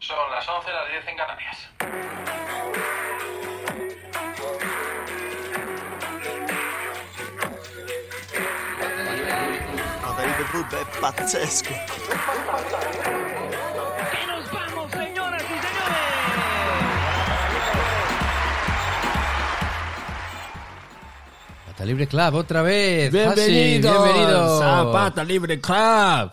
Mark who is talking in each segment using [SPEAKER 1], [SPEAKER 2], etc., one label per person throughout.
[SPEAKER 1] Son las 11, las 10 en Canarias.
[SPEAKER 2] Avrei bevuto, è pazzesco.
[SPEAKER 3] ¡Que nos vamos, señoras y señores!
[SPEAKER 4] Pata Libre Club, otra vez.
[SPEAKER 5] Bienvenidos,
[SPEAKER 4] Hasi, bienvenidos.
[SPEAKER 5] a Pata Libre Club.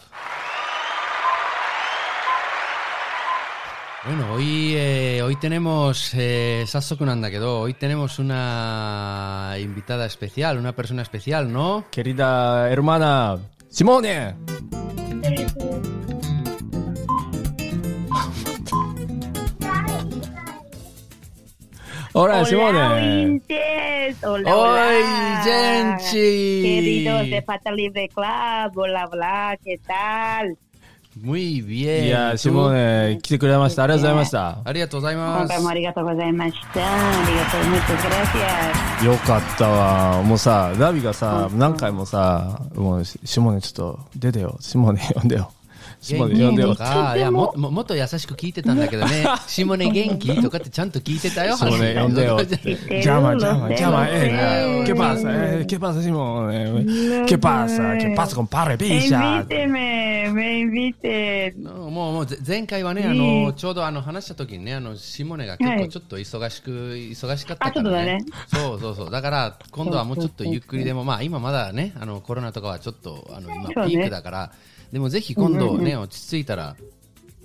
[SPEAKER 4] Bueno, hoy, eh, hoy tenemos eh, Sasso Kunanda quedó. Hoy tenemos una invitada especial, una persona especial, ¿no?
[SPEAKER 5] Querida hermana Simone. Hola, Simone.
[SPEAKER 6] oyentes.
[SPEAKER 4] Hola,
[SPEAKER 6] Hola, hola.
[SPEAKER 4] gente.
[SPEAKER 6] Queridos de Pata Libre Club, hola, hola, ¿qué tal?
[SPEAKER 4] Muy bien.
[SPEAKER 5] y a
[SPEAKER 4] ¿tú?
[SPEAKER 5] Simone,来てくれました。ありがとうございました。
[SPEAKER 4] Arigatou gozaimasu.
[SPEAKER 6] Hola, arigato gozaimashita. Arigato, muchas gracias.
[SPEAKER 5] よかったわ。もうさ、ナビがさ、何回もさ、もう、シモネちょっと出てよ。シモ ネ呼んでよ。シモネ呼んでよ。シ
[SPEAKER 4] Ah, ya, mo- mo- moto ya sabes que quite tan da que da, ¿eh? Simone Genki, tocate chanto, quite ta yo,
[SPEAKER 5] モ
[SPEAKER 4] Hasi.
[SPEAKER 5] ネ 呼んでよ。
[SPEAKER 6] Quité
[SPEAKER 5] Llama,
[SPEAKER 6] los
[SPEAKER 5] llama,
[SPEAKER 6] dedos
[SPEAKER 5] llama.
[SPEAKER 6] de-
[SPEAKER 5] Eh, ¿Qué pasa? Eh, ¿Qué pasa, Simone? ¿Qué pasa? ¿Qué pasa, compadre? Pilla.
[SPEAKER 6] Invíteme, me inviten.
[SPEAKER 4] No, もうもうぜ前回はね、
[SPEAKER 6] うん
[SPEAKER 4] あのちょうどあの話した時にね、あのシモネが結
[SPEAKER 6] は
[SPEAKER 4] 構
[SPEAKER 6] い
[SPEAKER 4] ちょっと忙しく、忙しかった
[SPEAKER 6] あち
[SPEAKER 4] か
[SPEAKER 6] ょっと
[SPEAKER 4] ら
[SPEAKER 6] だ
[SPEAKER 4] ね
[SPEAKER 6] ね。
[SPEAKER 4] そうそうそう。だから今度はもうちょっとゆっくりでも、まあ今まだね、あのコロナとかはちょっとあの今
[SPEAKER 6] そうね
[SPEAKER 4] ピークだから、でもぜひ今度ね、落ち着いたら、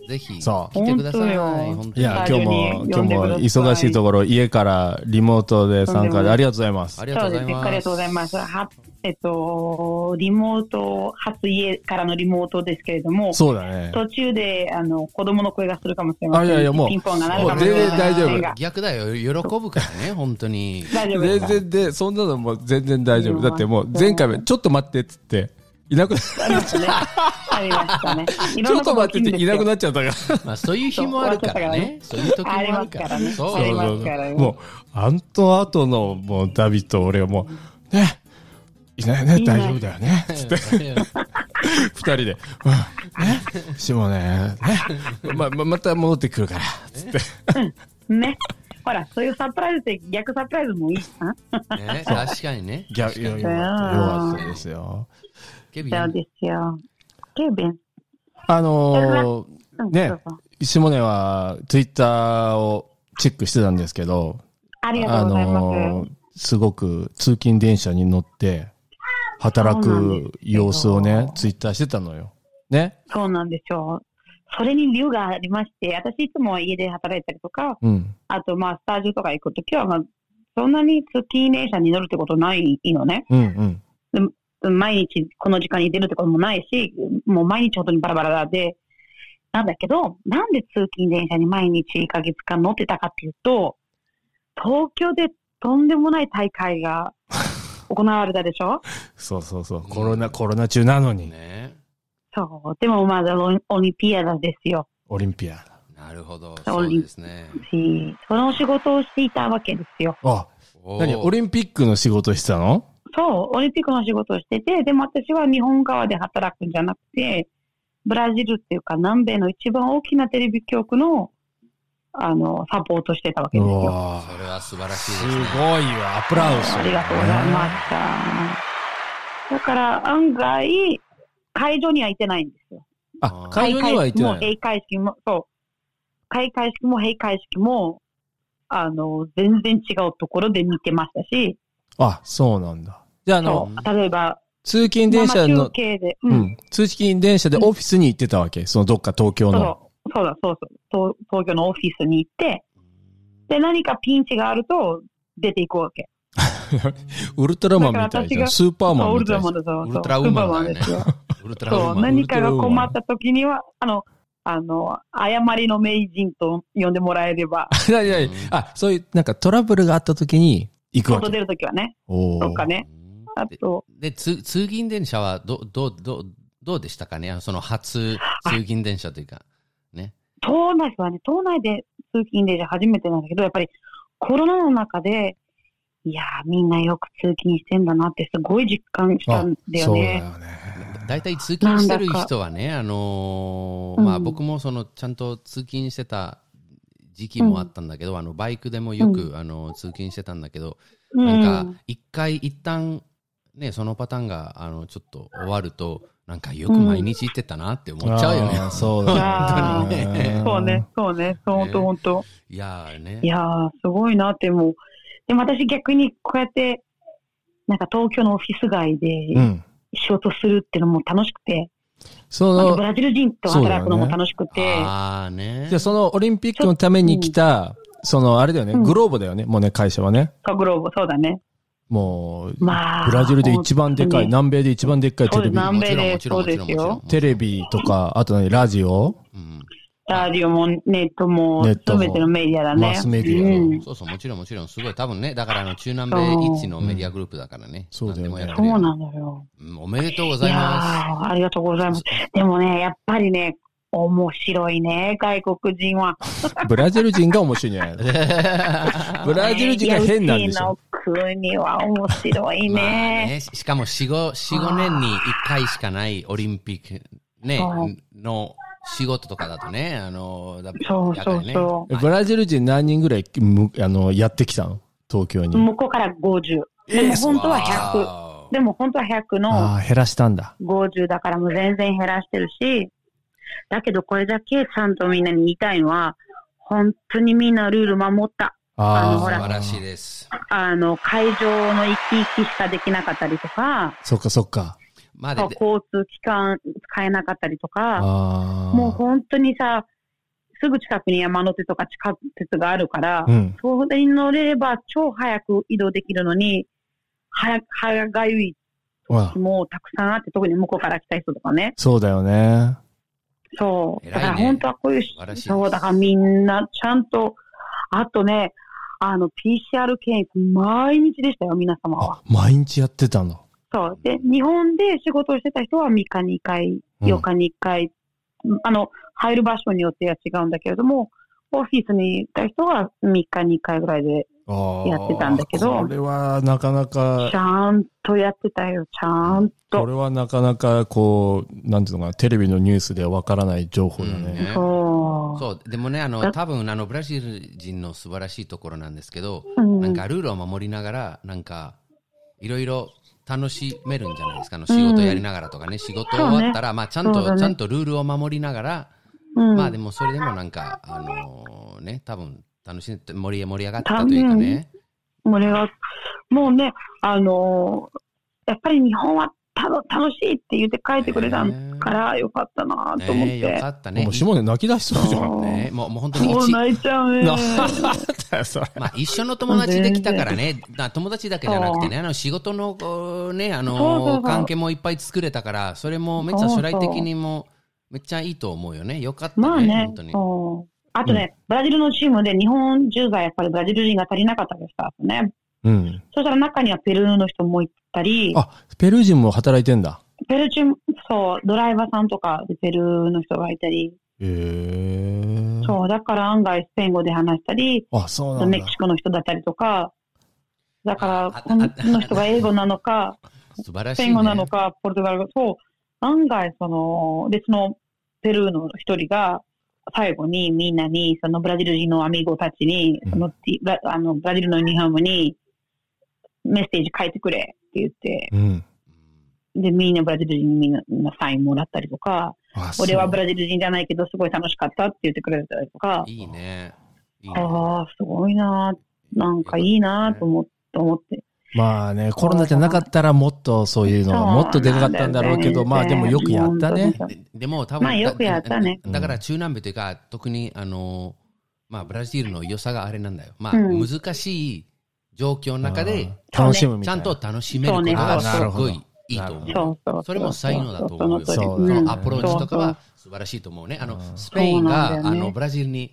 [SPEAKER 4] ぜひ
[SPEAKER 5] そう
[SPEAKER 4] 来てください。
[SPEAKER 6] 本当よ
[SPEAKER 4] 本当に
[SPEAKER 5] いや、今日も、今日も
[SPEAKER 6] 呼んでください
[SPEAKER 5] 忙しいところ、家からリモートで参加でありがとうございます
[SPEAKER 4] あ。りがと
[SPEAKER 6] そう
[SPEAKER 4] ご
[SPEAKER 6] うで
[SPEAKER 4] ざい
[SPEAKER 6] すね、
[SPEAKER 4] ます。
[SPEAKER 6] ありがとうございます。はえっと、リモート、初家からのリモートですけれども、
[SPEAKER 5] そうだね。
[SPEAKER 6] 途中であの子供の声がするかもしれません
[SPEAKER 5] あいやいやもう
[SPEAKER 6] ピンポンが鳴る
[SPEAKER 5] も
[SPEAKER 6] か
[SPEAKER 5] う
[SPEAKER 6] もし
[SPEAKER 5] 全
[SPEAKER 6] れ
[SPEAKER 5] 然
[SPEAKER 6] ま
[SPEAKER 5] 大丈
[SPEAKER 6] せ
[SPEAKER 5] 夫
[SPEAKER 6] んが
[SPEAKER 4] 逆だよ、喜ぶからね、本当に。
[SPEAKER 6] 大丈夫です
[SPEAKER 5] 全然で、そんなのもう全然大丈夫。だってもう前回はちょっと待ってっつって、いなくなっ
[SPEAKER 6] ありましたね。ありました ね。い
[SPEAKER 5] ち
[SPEAKER 6] ろ
[SPEAKER 5] ょっ
[SPEAKER 6] んなこととが
[SPEAKER 5] 待
[SPEAKER 6] 起
[SPEAKER 5] っ
[SPEAKER 6] き
[SPEAKER 5] てて
[SPEAKER 6] るんで
[SPEAKER 5] い
[SPEAKER 6] すよ
[SPEAKER 5] なくなっちゃったから。
[SPEAKER 4] まあそういう日もあるからね。そういう時もあるから。
[SPEAKER 6] あります
[SPEAKER 4] そ
[SPEAKER 6] か
[SPEAKER 4] う
[SPEAKER 6] ら
[SPEAKER 4] そ
[SPEAKER 6] ね
[SPEAKER 4] う そう
[SPEAKER 6] ありますからね
[SPEAKER 5] もう、あんと後の、もう、ダビと俺はもう、ね、いないね、
[SPEAKER 6] いな
[SPEAKER 5] 大
[SPEAKER 6] い
[SPEAKER 5] 丈夫だよね。つって、二人で、うん、ね、しもね、ね、ま、ま、また戻ってくるから、つって。
[SPEAKER 6] ね。ほら、そういうサプライズって逆サプライズもいいな。
[SPEAKER 4] ね、確かにね。
[SPEAKER 5] いや、いやよかった、よかったですよ。
[SPEAKER 4] ケビン
[SPEAKER 6] そうですよ。ケビン。
[SPEAKER 5] あの
[SPEAKER 6] うん
[SPEAKER 5] ー、ね
[SPEAKER 6] そうそう、
[SPEAKER 5] しもねは、ツイッターをチェックしてたんですけど、
[SPEAKER 6] ありが
[SPEAKER 5] あ
[SPEAKER 6] とうございます。
[SPEAKER 5] のー、すごく通勤電車に乗って、働く様子を
[SPEAKER 6] そうなん
[SPEAKER 5] ね
[SPEAKER 6] で、
[SPEAKER 5] ツイッターしてたのよ。ね。
[SPEAKER 6] そうなんですよ。それに理由がありまして、私いつも家で働いたりとか、
[SPEAKER 5] うん。
[SPEAKER 6] あとまあスタジオとか行くときは、まあ、そんなに通勤電車に乗るってことないのね。
[SPEAKER 5] うんうん。
[SPEAKER 6] 毎日この時間に出るってこともないし、もう毎日本当にバラバラで、なんだけど、なんで通勤電車に毎日1ヶ月間乗ってたかっていうと、東京でとんでもない大会が行われたでしょ
[SPEAKER 5] そうそうそう。コロナ、コロナ中なのに、
[SPEAKER 4] ね。
[SPEAKER 6] そう。でもまだオリオリンピアダですよ。
[SPEAKER 5] オリンピア。
[SPEAKER 4] なるほど。
[SPEAKER 6] オ
[SPEAKER 4] そう
[SPEAKER 6] リン
[SPEAKER 4] ですね。
[SPEAKER 6] しその仕事をしていたわけですよ。
[SPEAKER 5] あ、
[SPEAKER 4] おー
[SPEAKER 5] 何オリンピックの仕事してたの
[SPEAKER 6] そう、オリンピックの仕事をしてて、でも私は日本側で働くんじゃなくて、ブラジルっていうか南米の一番大きなテレビ局の、あの、サポートしてたわけ
[SPEAKER 5] う
[SPEAKER 6] ですよ。
[SPEAKER 5] わ
[SPEAKER 4] そ
[SPEAKER 5] ー
[SPEAKER 4] れは素晴らしい
[SPEAKER 5] す
[SPEAKER 4] です
[SPEAKER 5] ごい
[SPEAKER 4] ね。
[SPEAKER 5] わ。アプラウス。
[SPEAKER 6] ありがとうございました。だから案外、会場には行ってないんですよ。
[SPEAKER 5] あ、会場には行ってないの。
[SPEAKER 6] 開会式も閉会式も、そう。開会式も閉会式も、あの、全然違うところで見てましたし、
[SPEAKER 5] あ、そうなんだ。じゃあ、あ
[SPEAKER 6] そ
[SPEAKER 5] の、
[SPEAKER 6] う。例えば、
[SPEAKER 5] 通勤電車
[SPEAKER 6] 生中
[SPEAKER 5] の、
[SPEAKER 6] 継で、
[SPEAKER 5] う
[SPEAKER 6] うん
[SPEAKER 5] ん。通勤電車でオフィスに行ってたわけ。そのどっか東京の。
[SPEAKER 6] そうそうだ、そうそう。東東京のオフィスに行って、で、何かピンチがあると出ていくわけ。
[SPEAKER 5] ウルトラマンみたいじゃ
[SPEAKER 6] だから私
[SPEAKER 5] ん。
[SPEAKER 6] が
[SPEAKER 5] スーパーマン
[SPEAKER 6] ウル
[SPEAKER 5] み
[SPEAKER 6] ト
[SPEAKER 5] た
[SPEAKER 6] ラ
[SPEAKER 5] いじ
[SPEAKER 6] マ
[SPEAKER 5] ゃ
[SPEAKER 6] ン
[SPEAKER 5] ん。
[SPEAKER 6] ですよ。
[SPEAKER 4] ウルトラウーマンだよねウルトラウ
[SPEAKER 6] そうウルトラマンですよ。そ
[SPEAKER 4] ー
[SPEAKER 6] う、
[SPEAKER 4] マン。
[SPEAKER 6] 何かが困った時には、あの、あの、誤りの名人と呼んでもらえれば、
[SPEAKER 5] 何何あ、そういう、なんかトラブルがあった時に行くわけ。
[SPEAKER 6] 外出る時はね、
[SPEAKER 5] お
[SPEAKER 6] とか
[SPEAKER 5] ー。
[SPEAKER 6] ね。あと、
[SPEAKER 4] で、つ通勤電車はど、ど、ど、どうでしたかねあのその初通勤電車というか。ね。
[SPEAKER 6] 島内はね、島内で通勤電車初めてなんだけど、やっぱりコロナの中で、いやー、みんなよく通勤してんだなってすごい実感したんだよ
[SPEAKER 5] そうだ
[SPEAKER 6] ね。
[SPEAKER 5] よね。
[SPEAKER 4] 大体通勤してる人はね、あのー
[SPEAKER 6] うん
[SPEAKER 4] まあ、僕もそのちゃんと通勤してた時期もあったんだけど、あのバイクでもよく、あの通勤してたんだけど、
[SPEAKER 6] うん
[SPEAKER 4] なんか一回一旦ねそのパターンがあのちょっと終わるとなんかよく毎日行ってたなって思っちゃうよね、
[SPEAKER 5] あーそうだ
[SPEAKER 6] 本当
[SPEAKER 4] に
[SPEAKER 5] ね。
[SPEAKER 6] そうね、そうね、そう本当本当。
[SPEAKER 4] いやーね
[SPEAKER 6] いやー、すごいなって、もう。でも私逆にこうやって、なんか東京のオフィス街
[SPEAKER 5] う
[SPEAKER 6] で
[SPEAKER 5] ん。
[SPEAKER 6] 仕事するっていうのも楽しくて、
[SPEAKER 5] そ
[SPEAKER 6] あと
[SPEAKER 5] の
[SPEAKER 6] ブ、ラジル人と働くのも楽しくて、
[SPEAKER 4] ああね
[SPEAKER 5] じゃあそのオリンピックのために来た、そのあれだよね、
[SPEAKER 6] うん
[SPEAKER 5] グローブだよね、もうね、会社はね。
[SPEAKER 6] カグローブ、そうだね。
[SPEAKER 5] もう、
[SPEAKER 6] まあ。
[SPEAKER 5] ブラジルで一番でかい、
[SPEAKER 6] 本
[SPEAKER 5] 南米で一番でっかいテ
[SPEAKER 6] そう
[SPEAKER 5] レ
[SPEAKER 6] です
[SPEAKER 5] ビ。
[SPEAKER 6] 南米
[SPEAKER 4] も
[SPEAKER 6] で
[SPEAKER 4] ちろん
[SPEAKER 6] そう
[SPEAKER 4] もちろ
[SPEAKER 6] で
[SPEAKER 4] んもちろ
[SPEAKER 6] す
[SPEAKER 4] んも
[SPEAKER 6] よ。
[SPEAKER 4] ち
[SPEAKER 5] テレビとか、あと何、ラジオ、
[SPEAKER 4] ろんうん
[SPEAKER 6] ラジオもネットも、
[SPEAKER 5] ネッ
[SPEAKER 6] す
[SPEAKER 5] トも
[SPEAKER 6] べてのメディアだね。
[SPEAKER 5] マスメディアの
[SPEAKER 6] うん
[SPEAKER 4] そうそう、もちろんもちろん、すごい。多分ね、だからあの中南米一のメディアグループだからね。
[SPEAKER 5] そう
[SPEAKER 4] 何でもやっ
[SPEAKER 6] そ
[SPEAKER 4] てるよ
[SPEAKER 6] うなのよ。
[SPEAKER 4] うんおめでとうご
[SPEAKER 6] い
[SPEAKER 4] ざい
[SPEAKER 6] や
[SPEAKER 4] ま
[SPEAKER 6] ーありがとうございます。でもね、やっぱりね、面白いね、外国人は。
[SPEAKER 5] ブラジル人が面白いんじゃないの ブラジル人が変なんで
[SPEAKER 6] い
[SPEAKER 5] し
[SPEAKER 6] やう
[SPEAKER 5] ょ。
[SPEAKER 6] ちの国は面白い
[SPEAKER 4] す。まあ
[SPEAKER 6] ね。
[SPEAKER 4] ねしかも4、5、四五年に1回しかないオリンピックね
[SPEAKER 6] そう、
[SPEAKER 4] の仕事とかだとね、あの、だ
[SPEAKER 6] そうそうそ
[SPEAKER 5] えブラジル人何人ぐらいむあのやってきたの東京
[SPEAKER 6] う。
[SPEAKER 5] に。
[SPEAKER 6] 向こうから50。でも本当は100。
[SPEAKER 4] は
[SPEAKER 6] でも本当は100の
[SPEAKER 5] ああ、減らしたんだ。
[SPEAKER 6] 50だからもう全然減らしてるし、だけどこれだけちゃんとみんなに言いたいのは、本当にみんなルール守った。あの
[SPEAKER 5] あ
[SPEAKER 6] ほ
[SPEAKER 4] 素
[SPEAKER 6] ら
[SPEAKER 4] 晴らしい
[SPEAKER 5] い。
[SPEAKER 4] です。
[SPEAKER 6] あの、会場の行き来しかできなかったりとか、
[SPEAKER 5] そっかそっか。
[SPEAKER 4] まあ、で
[SPEAKER 6] 交通機関使えなかったりとか、
[SPEAKER 5] ああ。
[SPEAKER 6] もう本当にさ、すぐ近くに山手とか地下鉄があるから、
[SPEAKER 5] うん。
[SPEAKER 6] それに乗れれば超早く移動できるのに、は、はがゆい
[SPEAKER 5] わ
[SPEAKER 6] もうたくさんあって、特に向こうから来た人とかね。
[SPEAKER 5] そうだよね。
[SPEAKER 6] そう。
[SPEAKER 4] 偉いね
[SPEAKER 6] だから本当はこういう、
[SPEAKER 4] 晴らしいです
[SPEAKER 6] そう、だからみんなちゃんと、あとね、あの、PCR 検疫、毎日でしたよ、皆様は。
[SPEAKER 5] あ、毎日やってたの。
[SPEAKER 6] そう。で、日本で仕事をしてた人は3日に1回、
[SPEAKER 5] うん
[SPEAKER 6] 4日に1回、あの、入る場所によっては違うんだけれども、オフィスにいた人は3日に1回ぐらいで、やってたんだけど
[SPEAKER 5] あーこれはなかなか
[SPEAKER 6] ち、ゃんとやってたよ、ちゃん。
[SPEAKER 5] ことれはなかなかこう、なんていうのかな、テレビのニュースではわからない情報
[SPEAKER 4] う
[SPEAKER 5] だ
[SPEAKER 4] ん
[SPEAKER 5] ね。
[SPEAKER 4] ね
[SPEAKER 6] そう。
[SPEAKER 4] そう、でもね、あの、
[SPEAKER 6] だ
[SPEAKER 4] 多分、あの、ブラジル人の素晴らしいところなんですけど、
[SPEAKER 6] うん
[SPEAKER 4] なんかルールを守りながら、なんか、いろいろ楽しめるんじゃないですか。あの仕事やりながらとかね、仕事終わったら、まあ、ちゃん
[SPEAKER 6] そうだ
[SPEAKER 4] と、
[SPEAKER 6] ね
[SPEAKER 4] ちゃんとルールを守りながら、
[SPEAKER 6] うん
[SPEAKER 4] まあ、でも、それでもなんか、あのーね、多分、楽しんで、盛り盛り上がってたというかね。
[SPEAKER 6] もれが、もうね、あのーやっぱり日本はたの楽しいって言って帰ってくれたから、よかったなと思っ
[SPEAKER 4] ね
[SPEAKER 6] て。
[SPEAKER 4] よかったね。
[SPEAKER 5] もう、下根泣き出しそうじゃん。
[SPEAKER 6] そう
[SPEAKER 4] ねもう、もう本当に
[SPEAKER 6] もう
[SPEAKER 4] 一、
[SPEAKER 6] 泣いちゃう ね。
[SPEAKER 5] だよ それ
[SPEAKER 4] まあ、一緒の友達できたからね、な友達だけじゃなくてね、あの仕事のこうね、あ
[SPEAKER 6] そうそうそ
[SPEAKER 4] の
[SPEAKER 6] う
[SPEAKER 4] 関係もいっぱい作れたから、それもめっちゃ将来的にもめっちゃいいと思うよね。よかったね、
[SPEAKER 6] まあね
[SPEAKER 4] 本当、に。
[SPEAKER 6] そうあとね、ブラジルのチームで日本中がやっぱりブラジル人が足りなかったですからね。
[SPEAKER 5] うん。
[SPEAKER 6] そしたら中にはペルーの人もいたり、
[SPEAKER 5] あ、ペルー人も働いてんだ。
[SPEAKER 6] ペルーチーム、そう、ドライバーさんとかでペルーの人がいたり、
[SPEAKER 5] へえ。
[SPEAKER 6] そう、だから案外スペイン語で話したり、
[SPEAKER 5] あ、そうなん
[SPEAKER 6] メ
[SPEAKER 5] だ
[SPEAKER 6] キ。シコの人だったりとか、だ
[SPEAKER 4] あ
[SPEAKER 6] から、
[SPEAKER 4] あ
[SPEAKER 6] この人が英語なのか、
[SPEAKER 4] 素晴ら
[SPEAKER 6] ス
[SPEAKER 4] しい、
[SPEAKER 6] ペ
[SPEAKER 4] ね。
[SPEAKER 6] イン語なのか、ポルトガル語、そう、案外、その、別のペルーの一人が、最後にみんなに、そのブラジル人のアミゴたちに
[SPEAKER 5] うん、
[SPEAKER 6] その、ティブラあのブラジルのユニフォームに、メッセージ書いてくれって言って、
[SPEAKER 5] うん。
[SPEAKER 6] で、みんなブラジル人にみんなサインもらったりとか、
[SPEAKER 5] あ
[SPEAKER 6] 俺はブ
[SPEAKER 5] ラ
[SPEAKER 6] ラジル人じゃないけど、すごい楽しかったって言ってくれたりとか、
[SPEAKER 4] いいね。いいね
[SPEAKER 6] ああ、すごいなー、なんかいいなーと思って、思って。
[SPEAKER 5] まあね、コロナじゃなかったらもっとそういうのがもっとでかかったんだろうけど、
[SPEAKER 6] そう
[SPEAKER 5] ま
[SPEAKER 6] な
[SPEAKER 5] あ
[SPEAKER 6] ん
[SPEAKER 5] で
[SPEAKER 6] だよ
[SPEAKER 5] もよくやったね。
[SPEAKER 6] 本当
[SPEAKER 4] ででも多分、
[SPEAKER 6] まあよくやったね
[SPEAKER 4] だだから中南米というか、特にあの、まあ、ブラジルの良さがあれなんだよ。まあ、
[SPEAKER 6] うん
[SPEAKER 4] 難しい状況の中で、
[SPEAKER 5] あー楽しむみ
[SPEAKER 4] ち
[SPEAKER 5] た
[SPEAKER 4] ゃ
[SPEAKER 5] い
[SPEAKER 4] ん
[SPEAKER 5] な。
[SPEAKER 4] と楽しめること
[SPEAKER 6] そう
[SPEAKER 4] が
[SPEAKER 6] ね
[SPEAKER 4] す
[SPEAKER 5] そう
[SPEAKER 4] ご
[SPEAKER 5] ないる
[SPEAKER 4] いいと思う。
[SPEAKER 6] そうそうう。
[SPEAKER 4] それも才能だと思うよ。
[SPEAKER 6] その
[SPEAKER 5] う
[SPEAKER 6] 通
[SPEAKER 5] ん
[SPEAKER 6] り
[SPEAKER 4] そ
[SPEAKER 5] だ
[SPEAKER 4] のアプローチとかは素晴らしいと思うね。あの、スペインが、
[SPEAKER 6] そうなんだ
[SPEAKER 4] あ
[SPEAKER 6] よね
[SPEAKER 4] の、ブラジルに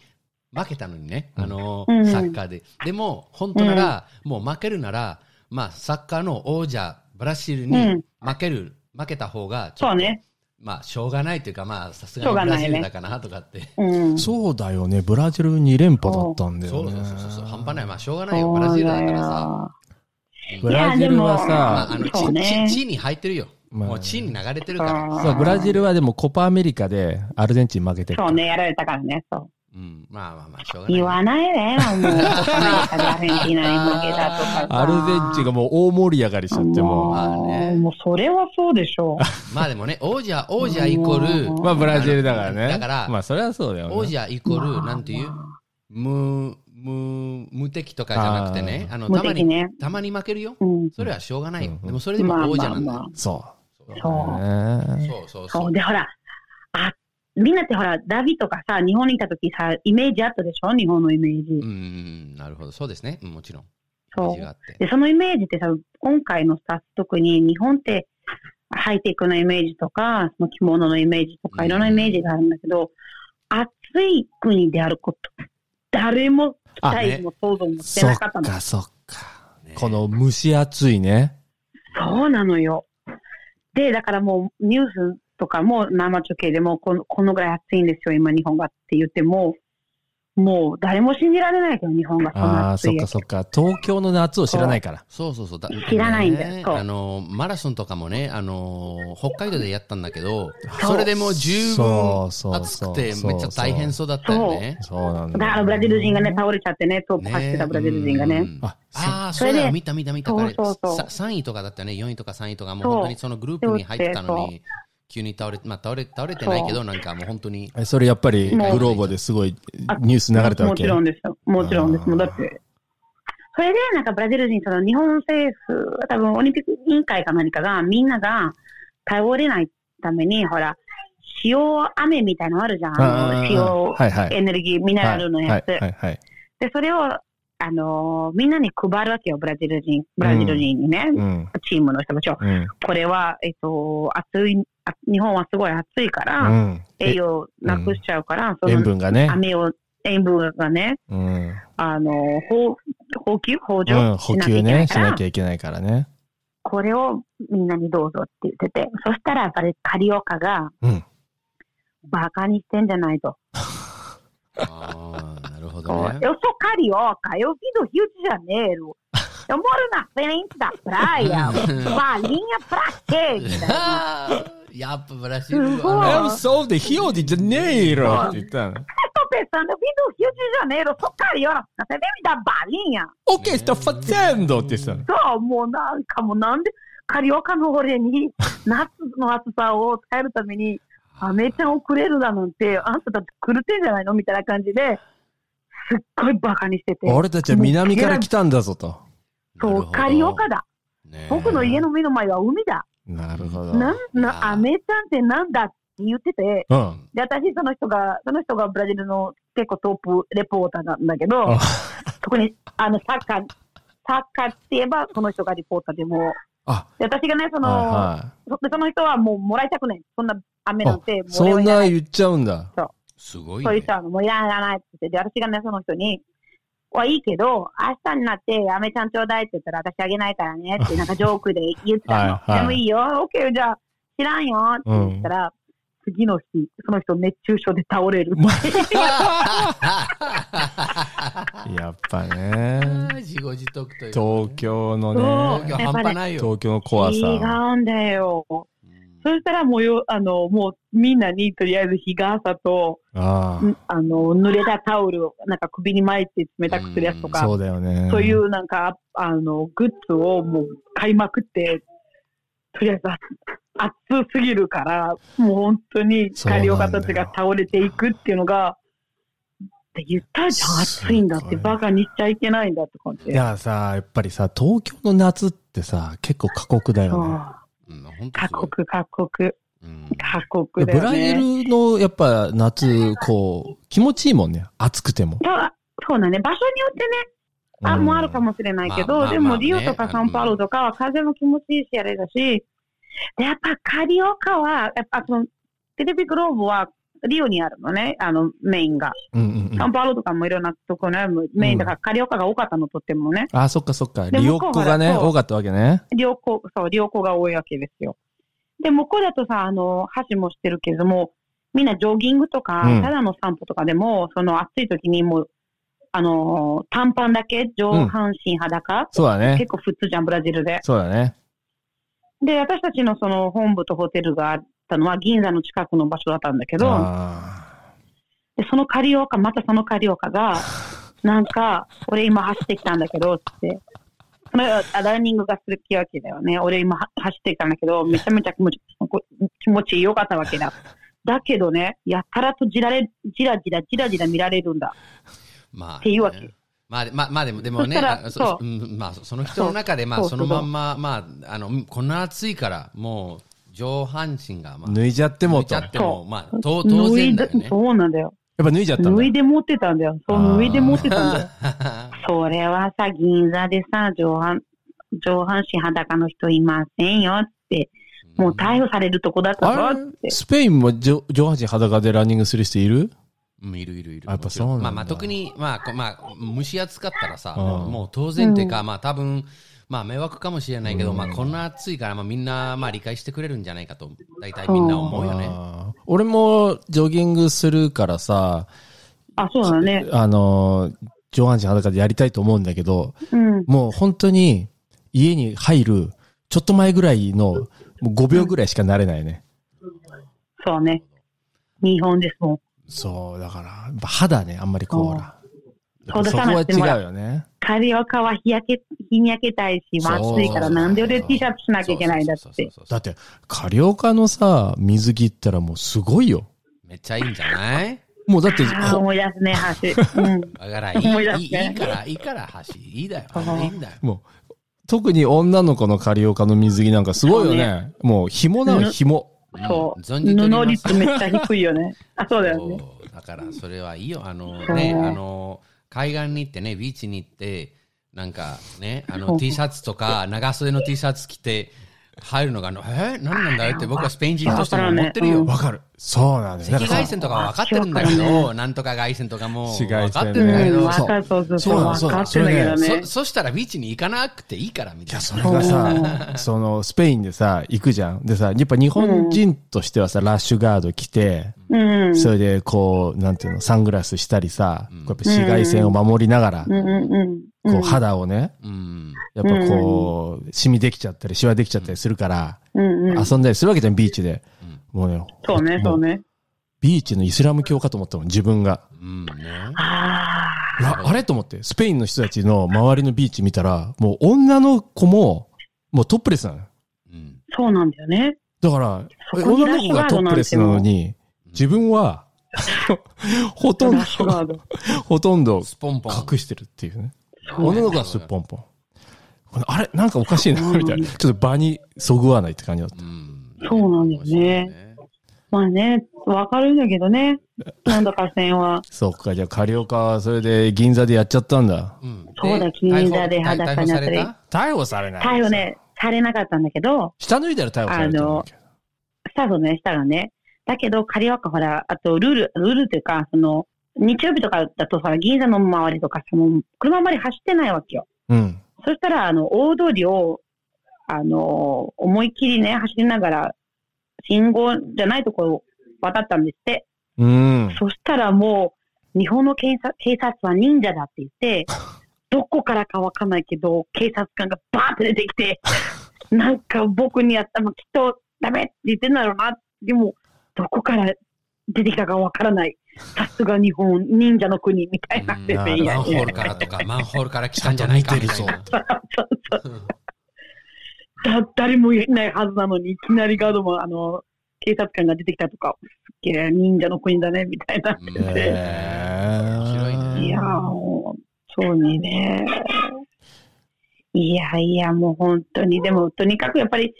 [SPEAKER 4] 負けたのにね、あの、
[SPEAKER 6] うん
[SPEAKER 4] サッカーで。でも、本当なら、もう負けるなら、まあ、サッカーの王者、ブラジル
[SPEAKER 6] う
[SPEAKER 4] に
[SPEAKER 6] ん
[SPEAKER 4] 負ける、負けた方が、ちょっと
[SPEAKER 6] そうね。
[SPEAKER 4] まあ、しょうがないというか、まあ、さすが
[SPEAKER 6] し
[SPEAKER 4] に
[SPEAKER 6] ょう
[SPEAKER 4] ブ
[SPEAKER 6] が
[SPEAKER 4] ラ
[SPEAKER 6] ない
[SPEAKER 4] ジ
[SPEAKER 6] ね
[SPEAKER 4] ルだかなとかって。
[SPEAKER 6] うん。
[SPEAKER 5] そうだよね。ブラジル2連覇だったんだ
[SPEAKER 4] そ
[SPEAKER 5] よ
[SPEAKER 4] う
[SPEAKER 5] ね。
[SPEAKER 4] そうそうそう、半端ない。まあ、しょうがないよ、ブラジルだからさ。
[SPEAKER 5] ブラジルは
[SPEAKER 6] あ
[SPEAKER 5] さ
[SPEAKER 4] まあ、あの、
[SPEAKER 6] そうね
[SPEAKER 4] ち、ち、地に入ってるよ。
[SPEAKER 5] まあ
[SPEAKER 4] もう地に流れてるから。
[SPEAKER 5] そうブラジルはでもコパアメリカでアルゼンチン負けてる。
[SPEAKER 6] そうね、やられたからね、そう。
[SPEAKER 4] うん、まあまあまあ、しょうがない。
[SPEAKER 6] 言わないでよ、もう。コパアメリカでアルゼンチーナに負けたとかさ。
[SPEAKER 5] アルゼンチンがもう大盛り上がりしちゃってもう。
[SPEAKER 4] まあね
[SPEAKER 6] もうそれはそうでしょう。
[SPEAKER 4] まあでもね、王者、王者イコール、
[SPEAKER 5] まあブラジルだからね。
[SPEAKER 4] だから
[SPEAKER 5] まあそれはそうだよね。
[SPEAKER 4] 王者イコール、なんていう、無、無、無敵とかじゃなくてね、あの、たま
[SPEAKER 6] 無敵
[SPEAKER 4] に
[SPEAKER 6] ね、
[SPEAKER 4] たまに負けるよ。
[SPEAKER 6] うん。
[SPEAKER 4] それはしょうがないよ。
[SPEAKER 5] うん
[SPEAKER 4] でもそれでも王者なんだ
[SPEAKER 6] まあまあま
[SPEAKER 4] よ。
[SPEAKER 5] そう。
[SPEAKER 6] そう。
[SPEAKER 5] ね
[SPEAKER 4] そうそうそ
[SPEAKER 6] そうう。。で、ほら、あ、みんなってほら、ダビとかさ、日本にいた時さ、イメージあったでしょ日本のイメージ。
[SPEAKER 4] うん、なるほど。そうですね。うんもちろん。イ
[SPEAKER 6] そう
[SPEAKER 4] メージがあって
[SPEAKER 6] で、そのイメージってさ、今回のスタッフ特に日本ってハイテクなイメージとか、その着物のイメージと
[SPEAKER 4] う
[SPEAKER 6] か、
[SPEAKER 4] ん
[SPEAKER 6] いろんなイメージがあるんだけど、暑い国であること、誰も期
[SPEAKER 5] あ
[SPEAKER 6] 待
[SPEAKER 5] ね
[SPEAKER 6] も想像もして
[SPEAKER 5] そ
[SPEAKER 6] な
[SPEAKER 5] っ
[SPEAKER 6] かったの。
[SPEAKER 5] かそっか。
[SPEAKER 4] ね
[SPEAKER 5] この蒸し暑いね。
[SPEAKER 6] そうなのよ。で、だからもうニュースとかも生中継でもこのこのぐらい暑いんですよ、今日本がって言っても、もう誰も信じられないけど、日本がそん
[SPEAKER 5] あ
[SPEAKER 6] な
[SPEAKER 5] あ、
[SPEAKER 6] 暑
[SPEAKER 5] そっ
[SPEAKER 6] い
[SPEAKER 5] か。そっか。東京の夏を知らないから。
[SPEAKER 4] そうそうそう。だ
[SPEAKER 6] 知らないんだよ
[SPEAKER 4] ね
[SPEAKER 6] そう
[SPEAKER 4] あの、マラソンとかもね、あの、北海道でやったんだけど、それでもう十分
[SPEAKER 5] そう
[SPEAKER 4] 暑
[SPEAKER 5] そ
[SPEAKER 4] く
[SPEAKER 5] うそう
[SPEAKER 4] て、めっちゃ大変そうだったよね。
[SPEAKER 5] そうなん
[SPEAKER 6] だ
[SPEAKER 5] だ。
[SPEAKER 6] からブラジル人がね、倒れちゃってね、トップ走ってたブラジル人がね。
[SPEAKER 4] うん
[SPEAKER 5] あそう
[SPEAKER 4] ああ、そ
[SPEAKER 6] そうれで
[SPEAKER 4] だよ、見た見た見た。
[SPEAKER 6] そう
[SPEAKER 4] あれ
[SPEAKER 6] そうそう
[SPEAKER 4] さ3位とかだったよね、4位とか3位とか、もう
[SPEAKER 6] そう
[SPEAKER 4] 本当にそのグループに入ってたの
[SPEAKER 6] そう
[SPEAKER 4] に、急に倒れ、まあ倒れ、倒れてないけど、なんかもう本当に、
[SPEAKER 5] えそれやっぱりグローボですごいニュース流れたわ
[SPEAKER 6] も
[SPEAKER 5] け
[SPEAKER 6] ちろんですよ。もちろんで
[SPEAKER 5] あ
[SPEAKER 6] す。
[SPEAKER 5] ー
[SPEAKER 6] もうだって。それで、なんかブラジル人、その日本政府、多分オリンピック委員会か何かが、みんなが倒れないために、ほら、塩雨みたいなのあるじゃん。あ
[SPEAKER 5] あ
[SPEAKER 6] の
[SPEAKER 5] ー
[SPEAKER 6] 塩、
[SPEAKER 5] はいはい
[SPEAKER 6] エネルギー、ミネラルのやつ。
[SPEAKER 5] はいはいはいはい。
[SPEAKER 6] で、それを、あのーみんなに配るわけよ、ブラジル人。ブラジル人にね、
[SPEAKER 5] うん。
[SPEAKER 6] チームの人たちを。
[SPEAKER 5] うん。
[SPEAKER 6] これは、えっと、暑い、あ日本はすごい暑いから、
[SPEAKER 5] うん。
[SPEAKER 6] 栄養なくしちゃうから、そ
[SPEAKER 5] 塩
[SPEAKER 6] の
[SPEAKER 5] 分がね。
[SPEAKER 6] 雨を、塩分がね、
[SPEAKER 5] うん。
[SPEAKER 6] あの、補補給補助、
[SPEAKER 5] うん、補給ね、しなき
[SPEAKER 6] ゃいけないから
[SPEAKER 5] ゃいけないからね。
[SPEAKER 6] これをみんなにどうぞって言ってて、そしたらやっぱりカリオカが、
[SPEAKER 5] うん
[SPEAKER 6] バカにしてんじゃないと。
[SPEAKER 4] ああ、なるほ
[SPEAKER 6] そう
[SPEAKER 4] どね。
[SPEAKER 6] Eu sou carioca, eu vim do Rio de Janeiro. Eu moro na frente da praia. Balinha pra quê? み たいな
[SPEAKER 4] やっぱブラジル
[SPEAKER 6] すごい
[SPEAKER 4] は、
[SPEAKER 5] I'm so the hero de Janeiro! って言ったの。
[SPEAKER 6] Eu tô pensando, eu vim do Rio de Janeiro, eu sou carioca. Você vem me dar balinha?
[SPEAKER 5] OK, está fazendo! って言ってたの。
[SPEAKER 6] そう、もうなんかもうなんで、カリオカの俺に、夏の暑さを耐えるために、アメちゃんをくれるだなんて、あんたたち狂ってんじゃないのみたいな感じで、すっごいバカにしてて。
[SPEAKER 5] 俺たちは南から来たんだぞと。
[SPEAKER 6] そう、カリオカ
[SPEAKER 4] だ。
[SPEAKER 6] だ。
[SPEAKER 4] ね
[SPEAKER 6] 僕の家の目の前は海だ。
[SPEAKER 5] なるほど。
[SPEAKER 6] なん、
[SPEAKER 4] あー
[SPEAKER 6] な、アメちゃんってなんだって言ってて、
[SPEAKER 5] うん。
[SPEAKER 6] で、私、その人が、その人がブラジルの結構トップレポーターなんだけど
[SPEAKER 5] あ、
[SPEAKER 6] 特に、あの、サッカー、サッカーって言えば、その人がリポーターでも、
[SPEAKER 5] あ、
[SPEAKER 6] で私がね、その、
[SPEAKER 5] は
[SPEAKER 6] そその人はもうもらいたくない。そんな雨
[SPEAKER 5] いは
[SPEAKER 6] ないんて、。
[SPEAKER 5] あ
[SPEAKER 6] も
[SPEAKER 5] そ
[SPEAKER 6] うんいら
[SPEAKER 5] な
[SPEAKER 6] ない。
[SPEAKER 5] 言っちゃうんだ。
[SPEAKER 4] すごい
[SPEAKER 6] そういう
[SPEAKER 4] ね
[SPEAKER 6] 人。はもういらないいらないって言って、で私がね、その人に、はいいけど、明日になって、アメちゃんちょうだいって言ったら、私あげないからね って、なんかジョークで言ってたの。
[SPEAKER 5] はいはい
[SPEAKER 6] でもいいよ、オッケー、じゃあ、知らんよって言ったら、次の日、その人熱中症で倒れる。
[SPEAKER 5] やっぱ
[SPEAKER 4] あ
[SPEAKER 5] ね。
[SPEAKER 4] ー 自業自得というかね。
[SPEAKER 5] 東京の
[SPEAKER 6] そ
[SPEAKER 5] ね
[SPEAKER 6] う。
[SPEAKER 4] 東京半端ないよ。
[SPEAKER 5] 東京の 怖
[SPEAKER 6] 違
[SPEAKER 5] さ。
[SPEAKER 6] うんだよ。そしたらもうよ、あの、もうみんなにとりあえず日傘と、
[SPEAKER 5] あ
[SPEAKER 6] んあの、濡れたタオルをなんか首に巻いて冷たくするやつと
[SPEAKER 5] あ。
[SPEAKER 6] か、
[SPEAKER 5] そうだよね。
[SPEAKER 6] そういうなんか、あの、グッズをもう買いまくって、とりあえずあ暑すぎるから、もう本当に
[SPEAKER 5] そうなんだ
[SPEAKER 6] 下
[SPEAKER 5] よ
[SPEAKER 6] 流方たちが倒れていくっていうのが、って言ったじゃん、
[SPEAKER 5] すごい
[SPEAKER 6] 暑いんだって、バカにしちゃいけないんだって感じ。
[SPEAKER 5] いやさ、やっぱりさ、東京の夏ってさ、結構過酷だ
[SPEAKER 6] そ
[SPEAKER 5] よね。
[SPEAKER 6] う
[SPEAKER 4] うん本当すごい
[SPEAKER 6] 各国、各国、
[SPEAKER 4] うん
[SPEAKER 6] 各
[SPEAKER 5] ブ
[SPEAKER 6] 国だよ
[SPEAKER 5] ラ
[SPEAKER 6] ね。
[SPEAKER 5] ジルのやっぱ夏、こう、気持ちいいもんね。暑くても。
[SPEAKER 6] そうそうだね、場所によってね、あ、もあるかもしれないけど、
[SPEAKER 4] まあまあ
[SPEAKER 6] で
[SPEAKER 4] まあ
[SPEAKER 6] も
[SPEAKER 4] ね
[SPEAKER 6] リオとかサンパウロとかは風も気持ちいいし、あれだし、で、やっぱカリオカは、やっぱその、テレビグローブはリオにあるのね、あの、メインが。
[SPEAKER 5] うんうんうん
[SPEAKER 6] サンパウロとかもいろんなところにあるメインだから、カリオカが多かったのとってもね、
[SPEAKER 5] あ、そっかそっか。
[SPEAKER 6] で
[SPEAKER 5] リオッコがね、
[SPEAKER 6] 向こうはそう
[SPEAKER 5] 多かったわけね。
[SPEAKER 6] 両校、そう、両校が多いわけですよ。で、向こうだとさ、あの、箸もしてるけれども、みんなジョギングとか、
[SPEAKER 5] うん
[SPEAKER 6] ただの散歩とかでも、その暑い時にもう、あのー短パンだけ、上半身裸、
[SPEAKER 5] そうだね
[SPEAKER 6] 結。構普通じゃん、ブラジルで。
[SPEAKER 5] そうだね。
[SPEAKER 6] で、私たちのその本部とホテルがあったのは銀座の近くの場所だったんだけど、
[SPEAKER 5] あ
[SPEAKER 6] でそのカリオカ、またそのカリオカ が、なんか、俺今走ってきたんだけど、つって。そのあランニングがする気わけだよね。俺今は走ってきたんだけど、めちゃめちゃ気持ちこ気持ちよかったわけだ。だけどね、やたらとじられ、じらじら、じらじら見られるんだ。
[SPEAKER 4] まあ、
[SPEAKER 6] っていうわけ
[SPEAKER 4] ねまあ、でまあ、まあ、でも、でもね、
[SPEAKER 6] そしたら
[SPEAKER 4] あ
[SPEAKER 6] そ
[SPEAKER 4] う
[SPEAKER 6] う
[SPEAKER 4] んまあ、その人の中で、まあ、
[SPEAKER 6] そう
[SPEAKER 4] そのまんま、まあ、あの、こんな暑いから、もう、上半身が、まあ、
[SPEAKER 5] ー脱いじゃってもと。
[SPEAKER 4] 脱い
[SPEAKER 5] や
[SPEAKER 4] ちゃ
[SPEAKER 5] っ
[SPEAKER 4] っても、
[SPEAKER 6] そう
[SPEAKER 4] まあ、と当然だよ
[SPEAKER 6] 脱い
[SPEAKER 4] ね
[SPEAKER 6] だ。そうなんだよ。
[SPEAKER 5] ぱ脱いじゃったん
[SPEAKER 6] 脱
[SPEAKER 5] だ
[SPEAKER 6] い。で持ってたんだよ。そ
[SPEAKER 5] あー
[SPEAKER 6] う、脱いで持ってたんだよ。 それはさ、銀座でさ、上半、上半身裸の人いませんよって、もう逮捕されるとこだったぞ
[SPEAKER 5] あ
[SPEAKER 6] って
[SPEAKER 5] れ。スペインも上上半身裸でランニングする人いる
[SPEAKER 4] うん、いるいるいる。
[SPEAKER 5] あやっぱ
[SPEAKER 4] もちろ
[SPEAKER 5] そうなんだ
[SPEAKER 4] まあまあ、特に、まあ、こまあ、蒸し暑かったらさ、
[SPEAKER 5] うん
[SPEAKER 4] もう当然っていうか、まあ多分、まあ迷惑かもしれないけど、まあこんな暑いから、まあみんな、まあ理解してくれるんじゃないかと、大体みんな思うよね。
[SPEAKER 5] あー俺もジョギングするからさ、
[SPEAKER 6] あ、そうだね。
[SPEAKER 5] あのー、上半身裸でやりたいと思うんだけど、
[SPEAKER 6] うん。
[SPEAKER 5] もう本当に家に入るちょっと前ぐらいのもう5秒ぐらいしかなれないね。
[SPEAKER 6] そうね。日本ですもん。
[SPEAKER 5] そう、だから、やっぱ肌ね、あんまりこう、
[SPEAKER 6] う
[SPEAKER 5] ほ
[SPEAKER 6] ん
[SPEAKER 5] ら。
[SPEAKER 6] そう出
[SPEAKER 5] そこ
[SPEAKER 6] さ
[SPEAKER 5] は
[SPEAKER 6] なくても
[SPEAKER 5] 違うよね。
[SPEAKER 6] カリオカは日焼け、日に焼けたいし、
[SPEAKER 5] そう
[SPEAKER 6] 暑いからなんで俺 T シャツしなきゃいけないんだ
[SPEAKER 4] そう
[SPEAKER 6] っ
[SPEAKER 4] そう
[SPEAKER 6] て。
[SPEAKER 4] そうそう
[SPEAKER 5] だって、カリオカのさ、水着ったらもうすごいよ。
[SPEAKER 4] めっちゃいいんじゃない
[SPEAKER 5] もうだって、
[SPEAKER 6] ああ、
[SPEAKER 5] ほ
[SPEAKER 6] 思い出すね、 橋。うん。
[SPEAKER 4] だからいい、
[SPEAKER 6] 思い出す
[SPEAKER 4] い
[SPEAKER 6] ね
[SPEAKER 4] いいいから、いいから、橋。いいだよ。いいんだよ。
[SPEAKER 5] もう、特に女の子のカリオカの水着なんかすごいよ
[SPEAKER 6] そ
[SPEAKER 5] ね。もう紐なの
[SPEAKER 6] うん
[SPEAKER 5] 紐。
[SPEAKER 6] そう。
[SPEAKER 4] 存
[SPEAKER 6] 布
[SPEAKER 4] じております
[SPEAKER 6] 率めっちゃ低いよね。あ、そうだよね。
[SPEAKER 4] そうだからそれはいいよあの
[SPEAKER 6] そう
[SPEAKER 4] ねあの海岸に行ってねビーチに行ってなんかねあ
[SPEAKER 6] そ
[SPEAKER 4] の
[SPEAKER 6] う
[SPEAKER 4] T シャツとか長袖の T シャツ着て入るのがあのえ何なんだよって僕はスペイン人としても思ってるよ、
[SPEAKER 5] わかる。そうなんです。だ
[SPEAKER 4] 赤
[SPEAKER 5] から
[SPEAKER 4] 外
[SPEAKER 5] さ
[SPEAKER 4] 線とかは分かってるんだけ
[SPEAKER 6] あそうか
[SPEAKER 4] ど、なんとか外線とかも分か
[SPEAKER 5] 紫外
[SPEAKER 4] って
[SPEAKER 5] 線
[SPEAKER 4] るん
[SPEAKER 5] ね
[SPEAKER 4] だけ
[SPEAKER 6] うん、
[SPEAKER 4] ど、
[SPEAKER 6] わかる、そうそう
[SPEAKER 5] そう
[SPEAKER 6] そう、
[SPEAKER 5] なの
[SPEAKER 6] わ
[SPEAKER 5] そうな
[SPEAKER 6] か
[SPEAKER 5] の
[SPEAKER 6] ってるんだけど
[SPEAKER 5] そ
[SPEAKER 6] ね
[SPEAKER 4] そ。そしたらビーチに行かなくていいからみ
[SPEAKER 5] い
[SPEAKER 4] たい
[SPEAKER 5] や、
[SPEAKER 4] な。
[SPEAKER 5] それがさ、その、スペインでさ、行くじゃん。でさ、やっぱ日本人としてはさ、ラッシュガード着て、
[SPEAKER 6] うん。
[SPEAKER 5] それで、こう、なんていうの、サングラスしたりさ、こうやっぱ紫外線を守りながら
[SPEAKER 6] う、んうんうん。
[SPEAKER 5] こう、肌をね、
[SPEAKER 4] うん。
[SPEAKER 5] やっぱこう、シミできちゃったり、シワできちゃったりするから、
[SPEAKER 6] うんうん。
[SPEAKER 5] 遊んだりするわけじゃん、ビーチで。もうね、
[SPEAKER 6] そうね、
[SPEAKER 5] も
[SPEAKER 6] そうね。
[SPEAKER 5] ビーチのイスラム教かと思ったもん、自分が。
[SPEAKER 4] うんね。
[SPEAKER 6] あ
[SPEAKER 5] いや、あれと思って、スペインの人たちの周りのビーチ見たら、もう女の子も、もうトップレスなのよ。
[SPEAKER 4] うん。
[SPEAKER 6] あ、そうなんだよね。
[SPEAKER 5] だから、
[SPEAKER 6] そこに
[SPEAKER 5] 女の子がトップレスなのに、自分 は、ほとん
[SPEAKER 6] ラッシュガー
[SPEAKER 5] ど、
[SPEAKER 6] ド。
[SPEAKER 5] ほとんど
[SPEAKER 4] スポンポン。
[SPEAKER 5] 隠してるっていうね。
[SPEAKER 4] う
[SPEAKER 5] 女の子はすっぽんぽん。このあれなんかおかしいな、みたいな。ちょっと場にそぐわないって感じだった。
[SPEAKER 4] うん。
[SPEAKER 6] そうなんだよねまあね、わかるんだけどね。なんだか線は。
[SPEAKER 5] そっか、じゃあ、カリオカはそれで銀座でやっちゃったんだ。
[SPEAKER 4] うん。
[SPEAKER 6] そうだ
[SPEAKER 4] で
[SPEAKER 6] 銀座で
[SPEAKER 4] 逮捕逮
[SPEAKER 6] 裸
[SPEAKER 4] 捕
[SPEAKER 6] に
[SPEAKER 4] さ
[SPEAKER 6] なった
[SPEAKER 4] れ
[SPEAKER 6] り
[SPEAKER 4] た
[SPEAKER 5] 逮捕されな
[SPEAKER 6] 逮捕。ね、されなかったんだけど、
[SPEAKER 5] 下脱いだら逮捕されると思うけど。
[SPEAKER 6] スタートね、したらね。だけど、カリオカほら、あとルール、ルールっていうか、その、日曜日とかだとさ、銀座の周りとか、その、車周り走ってないわけよ。
[SPEAKER 5] うん。
[SPEAKER 6] そしたら、あの、大通りを、あの、思いっきりね、走りながら、信号じゃないところを渡ったんですって。
[SPEAKER 5] うん。
[SPEAKER 6] そしたらもう、日本の警察警察は忍者だって言って、どこからかわかんないけど、警察官がバーって出てきて、なんか僕にやったのきっとダメって言ってんだろうな。でも、どこから出てきたかわからない。さすが日本、忍者の国みたいな
[SPEAKER 4] うん
[SPEAKER 6] んですよ。い
[SPEAKER 4] マ
[SPEAKER 6] や
[SPEAKER 4] ン
[SPEAKER 6] い
[SPEAKER 4] ホ
[SPEAKER 6] や
[SPEAKER 4] ールからとか、マンホールから来たんじゃないかみたいな。
[SPEAKER 6] そうそうだ誰もいないはずなのに、いきなりガードも、あの、警察官が出てきたとか、すっげえ忍者の国だね、みたいな。
[SPEAKER 4] うん
[SPEAKER 5] 面
[SPEAKER 4] 白いね
[SPEAKER 6] いやーもう、そうにね。いやいや、もう本当に、でもとにかくやっぱり、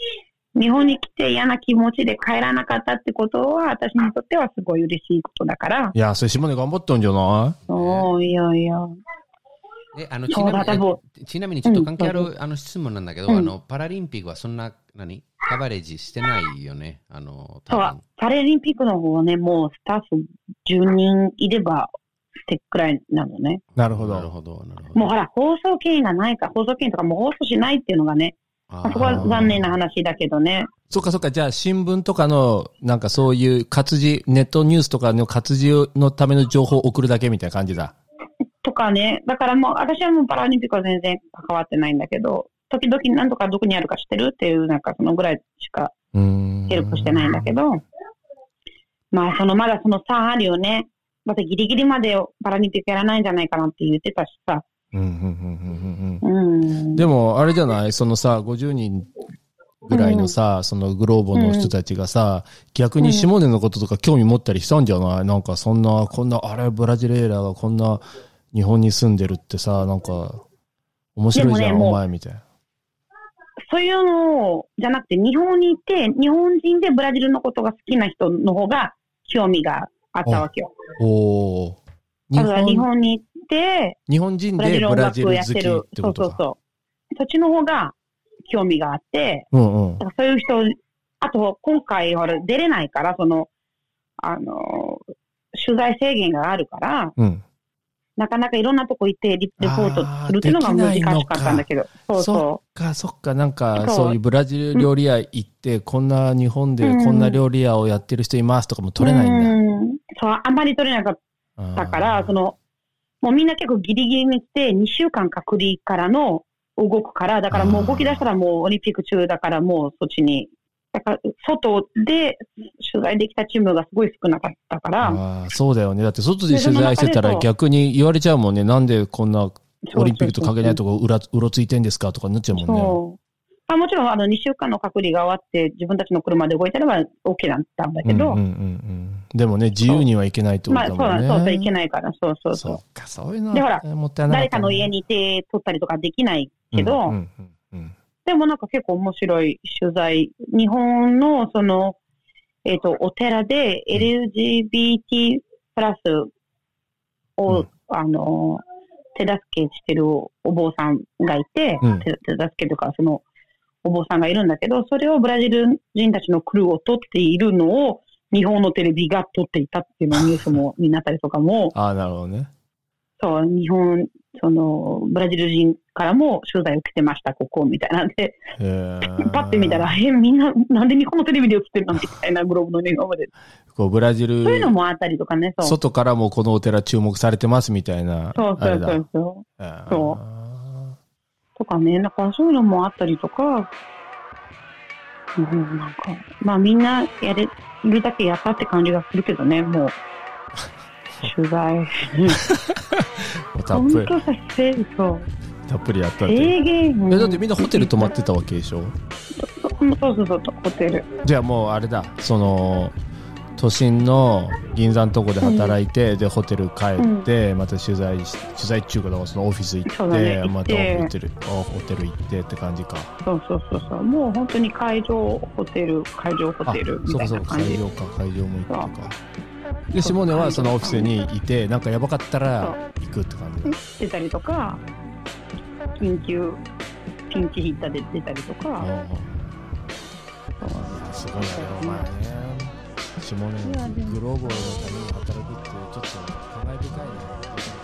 [SPEAKER 6] 日本に来て嫌な気持ちで帰らなかったってことは、私にとってはすごい嬉しいことだから、
[SPEAKER 5] いや、それ島根頑張ったんじゃな
[SPEAKER 6] そういやいや、
[SPEAKER 4] えあのち
[SPEAKER 6] そう
[SPEAKER 4] な
[SPEAKER 6] だ、多
[SPEAKER 4] み
[SPEAKER 6] 分
[SPEAKER 4] にえちなみにちょっと関係あ
[SPEAKER 6] うん
[SPEAKER 4] るあの質問なんだけど、
[SPEAKER 6] うん
[SPEAKER 4] あのパラリンピックはそんな何カバレージしてないよねあの多
[SPEAKER 6] そう
[SPEAKER 4] 分
[SPEAKER 6] パラリンピックの方はね、もうスタッフ10人いれば、ってくらいなのね。
[SPEAKER 5] いなるほ
[SPEAKER 4] なる
[SPEAKER 5] ど。
[SPEAKER 4] ほどなるほど
[SPEAKER 6] もうほら、放送権がないから、放送権とかもう放送しないっていうのがね、
[SPEAKER 4] あ
[SPEAKER 6] ま
[SPEAKER 4] ー
[SPEAKER 6] あそこは残念な話だけどね。
[SPEAKER 5] そっかそっか、じゃあ新聞とかの、なんかそういう活字、ネットニュースとかの活字のための情報を送るだけみたいな感じだ。
[SPEAKER 6] とかね、だからもう、私はもうパラリンピックは全然関わってないんだけど、時々何とかどこにあるか知ってるっていう、なんかそのぐらいしか
[SPEAKER 5] うん。
[SPEAKER 6] ヘルプしてないんだけど、まあ、そのまだその差あるよね。またギリギリまでパラリンピックやらないんじゃないかなって言ってたしさ。
[SPEAKER 5] うんうんうんうんうんうん。
[SPEAKER 6] うん。
[SPEAKER 5] でも、あれじゃないそのさ、50人ぐらいのさ、そのグローボの人たちがさ、逆に下根のこととか興味持ったりしたんじゃないなんかそんな、こんな、あれ、ブラジレーラーがこんな日本に住んでるってさ、なんか、面白いじゃ
[SPEAKER 6] で
[SPEAKER 5] ん、
[SPEAKER 6] もね
[SPEAKER 5] お前みたいな。
[SPEAKER 6] そういうのをじゃなくて、日本にいて、日本人でブラジルのことが好きな人の方が興味があったわけよ。
[SPEAKER 5] おー日
[SPEAKER 6] だから日
[SPEAKER 5] 本、
[SPEAKER 6] 本に行って、
[SPEAKER 5] 日本人
[SPEAKER 6] ブラジ
[SPEAKER 5] で
[SPEAKER 6] ル
[SPEAKER 5] ブ
[SPEAKER 6] 音
[SPEAKER 5] ラジ
[SPEAKER 6] 楽を
[SPEAKER 5] ル
[SPEAKER 6] や
[SPEAKER 5] 好き
[SPEAKER 6] ってる
[SPEAKER 5] っ。て
[SPEAKER 6] そ
[SPEAKER 5] こ
[SPEAKER 6] うそ
[SPEAKER 5] と
[SPEAKER 6] う
[SPEAKER 5] か。
[SPEAKER 6] そう。そっちの方が興味があって、
[SPEAKER 5] うんうん
[SPEAKER 6] だ。からそういう人、あと今回、ほら、出れないから、その、あの、取材制限があるから、
[SPEAKER 5] うん。
[SPEAKER 6] なかなかいろんなとこ行ってリレポートするっていうのが難しかったんだけど、そう
[SPEAKER 5] そ
[SPEAKER 6] そ
[SPEAKER 5] っか、そっか、なんか、
[SPEAKER 6] そう
[SPEAKER 5] そういうブラジル料理屋行って、こんな日本でこんな料理屋をやってる人いますとかも
[SPEAKER 6] う。
[SPEAKER 5] 取れないんだ。
[SPEAKER 6] うんそう、あんまり取れなかっ
[SPEAKER 5] だ
[SPEAKER 6] たから、その、もうみんな結構ギリギリに来て、2週間隔離からの動くから、だからも
[SPEAKER 5] あ
[SPEAKER 6] う
[SPEAKER 5] ー
[SPEAKER 6] 動き出したらもうオリンピック中だからもうそっちに、だから外で取材できたチームがすごい少なかったから、
[SPEAKER 5] ああそうだよね。だって外で取材してた
[SPEAKER 6] でその中で
[SPEAKER 5] ら
[SPEAKER 6] そう
[SPEAKER 5] 逆に言われちゃうもんね。なんでこんなオリンピックと関係ない
[SPEAKER 6] と
[SPEAKER 5] とこうらうろついてんですかとかになっちゃうも
[SPEAKER 6] そう。まあ、もちろん、あの、2週間の隔離が終わって、自分たちの車で動いてれば OK だったんだ
[SPEAKER 5] んね。
[SPEAKER 6] け
[SPEAKER 5] う
[SPEAKER 6] ど、
[SPEAKER 5] んうんうんうん、でもね、自由にはいけないってこと
[SPEAKER 6] まあ、
[SPEAKER 5] だ
[SPEAKER 6] そ
[SPEAKER 5] も
[SPEAKER 6] う
[SPEAKER 5] ん
[SPEAKER 6] なん
[SPEAKER 5] ね。
[SPEAKER 6] そうそう、いけないから、そうそう
[SPEAKER 5] そ
[SPEAKER 6] そう。
[SPEAKER 5] っか、そういうの
[SPEAKER 6] でほら
[SPEAKER 5] もったいなかっ
[SPEAKER 6] 誰
[SPEAKER 5] た
[SPEAKER 6] か
[SPEAKER 5] ね
[SPEAKER 6] の家にいて撮ったりとかできないけど、
[SPEAKER 5] うんうんうんうん
[SPEAKER 6] でもなんか結構面白い取材。日本の、その、えっ、と、お寺で LGBT プラスを、
[SPEAKER 5] うん
[SPEAKER 6] あの、手助けしてるお坊さんがいて、
[SPEAKER 5] うん
[SPEAKER 6] 手手助けというか、その、お坊さんがいるんだけど、それをブラジル人たちのクルーを撮っているのを、日本のテレビが撮っていたっていうのニュースもになったりとかも、
[SPEAKER 5] ああ、なるほどね。
[SPEAKER 6] そう、日本、その、ブラジル人からも取材を受けてました、ここ、みたいなんで、
[SPEAKER 5] へー
[SPEAKER 6] パッて見たら、え、みんな、なんで日本のテレビで映ってるのみたいなグローブのユニフォームで。
[SPEAKER 5] こうブラジル
[SPEAKER 6] そういうのもあったりとかね、そう。
[SPEAKER 5] 外からもこのお寺注目されてますみたいな。
[SPEAKER 6] そうそう
[SPEAKER 5] あ
[SPEAKER 6] そ
[SPEAKER 5] れ
[SPEAKER 6] うそう。
[SPEAKER 5] だ
[SPEAKER 6] そう
[SPEAKER 5] あ
[SPEAKER 6] とかね、なんかそういうのもあったりとか、うん、なんか、まあみんなやれるだけやったって感じがするけどね、もう。取材。
[SPEAKER 5] ーたっ
[SPEAKER 6] 本
[SPEAKER 5] ぷり、
[SPEAKER 6] 当さ、せいそう。
[SPEAKER 5] たっぷりやったっていう。
[SPEAKER 6] 制限。
[SPEAKER 5] え、だってみんなホテル泊まってたわけでしょ
[SPEAKER 6] うんそうそうそう、ホテル。
[SPEAKER 5] じゃあもうあれだその都心の銀座のとこで働いて、でホテル帰って、また取材し取材中かだからそのオフィス行
[SPEAKER 6] そう
[SPEAKER 5] っ
[SPEAKER 6] だ
[SPEAKER 5] て、
[SPEAKER 6] ね
[SPEAKER 5] ま
[SPEAKER 6] 行ったて
[SPEAKER 5] ホテルあホテル行ってって感じか
[SPEAKER 6] そうそうそうそう。もう本当に会場ホテル、会場ホテルみ
[SPEAKER 5] そう
[SPEAKER 6] た
[SPEAKER 5] かそ
[SPEAKER 6] い
[SPEAKER 5] う
[SPEAKER 6] な
[SPEAKER 5] か
[SPEAKER 6] 感
[SPEAKER 5] 会
[SPEAKER 6] じ。
[SPEAKER 5] 場か会場も行ってとかで下根はそのオフィスにいてなんかやばかったら行くって感じ
[SPEAKER 6] 出たりとか、緊急、ピンチヒッターで出たりと
[SPEAKER 5] あ
[SPEAKER 6] か、
[SPEAKER 5] あいやすごいよねお前ね下根のグローブのために働くってちょっと感慨深いね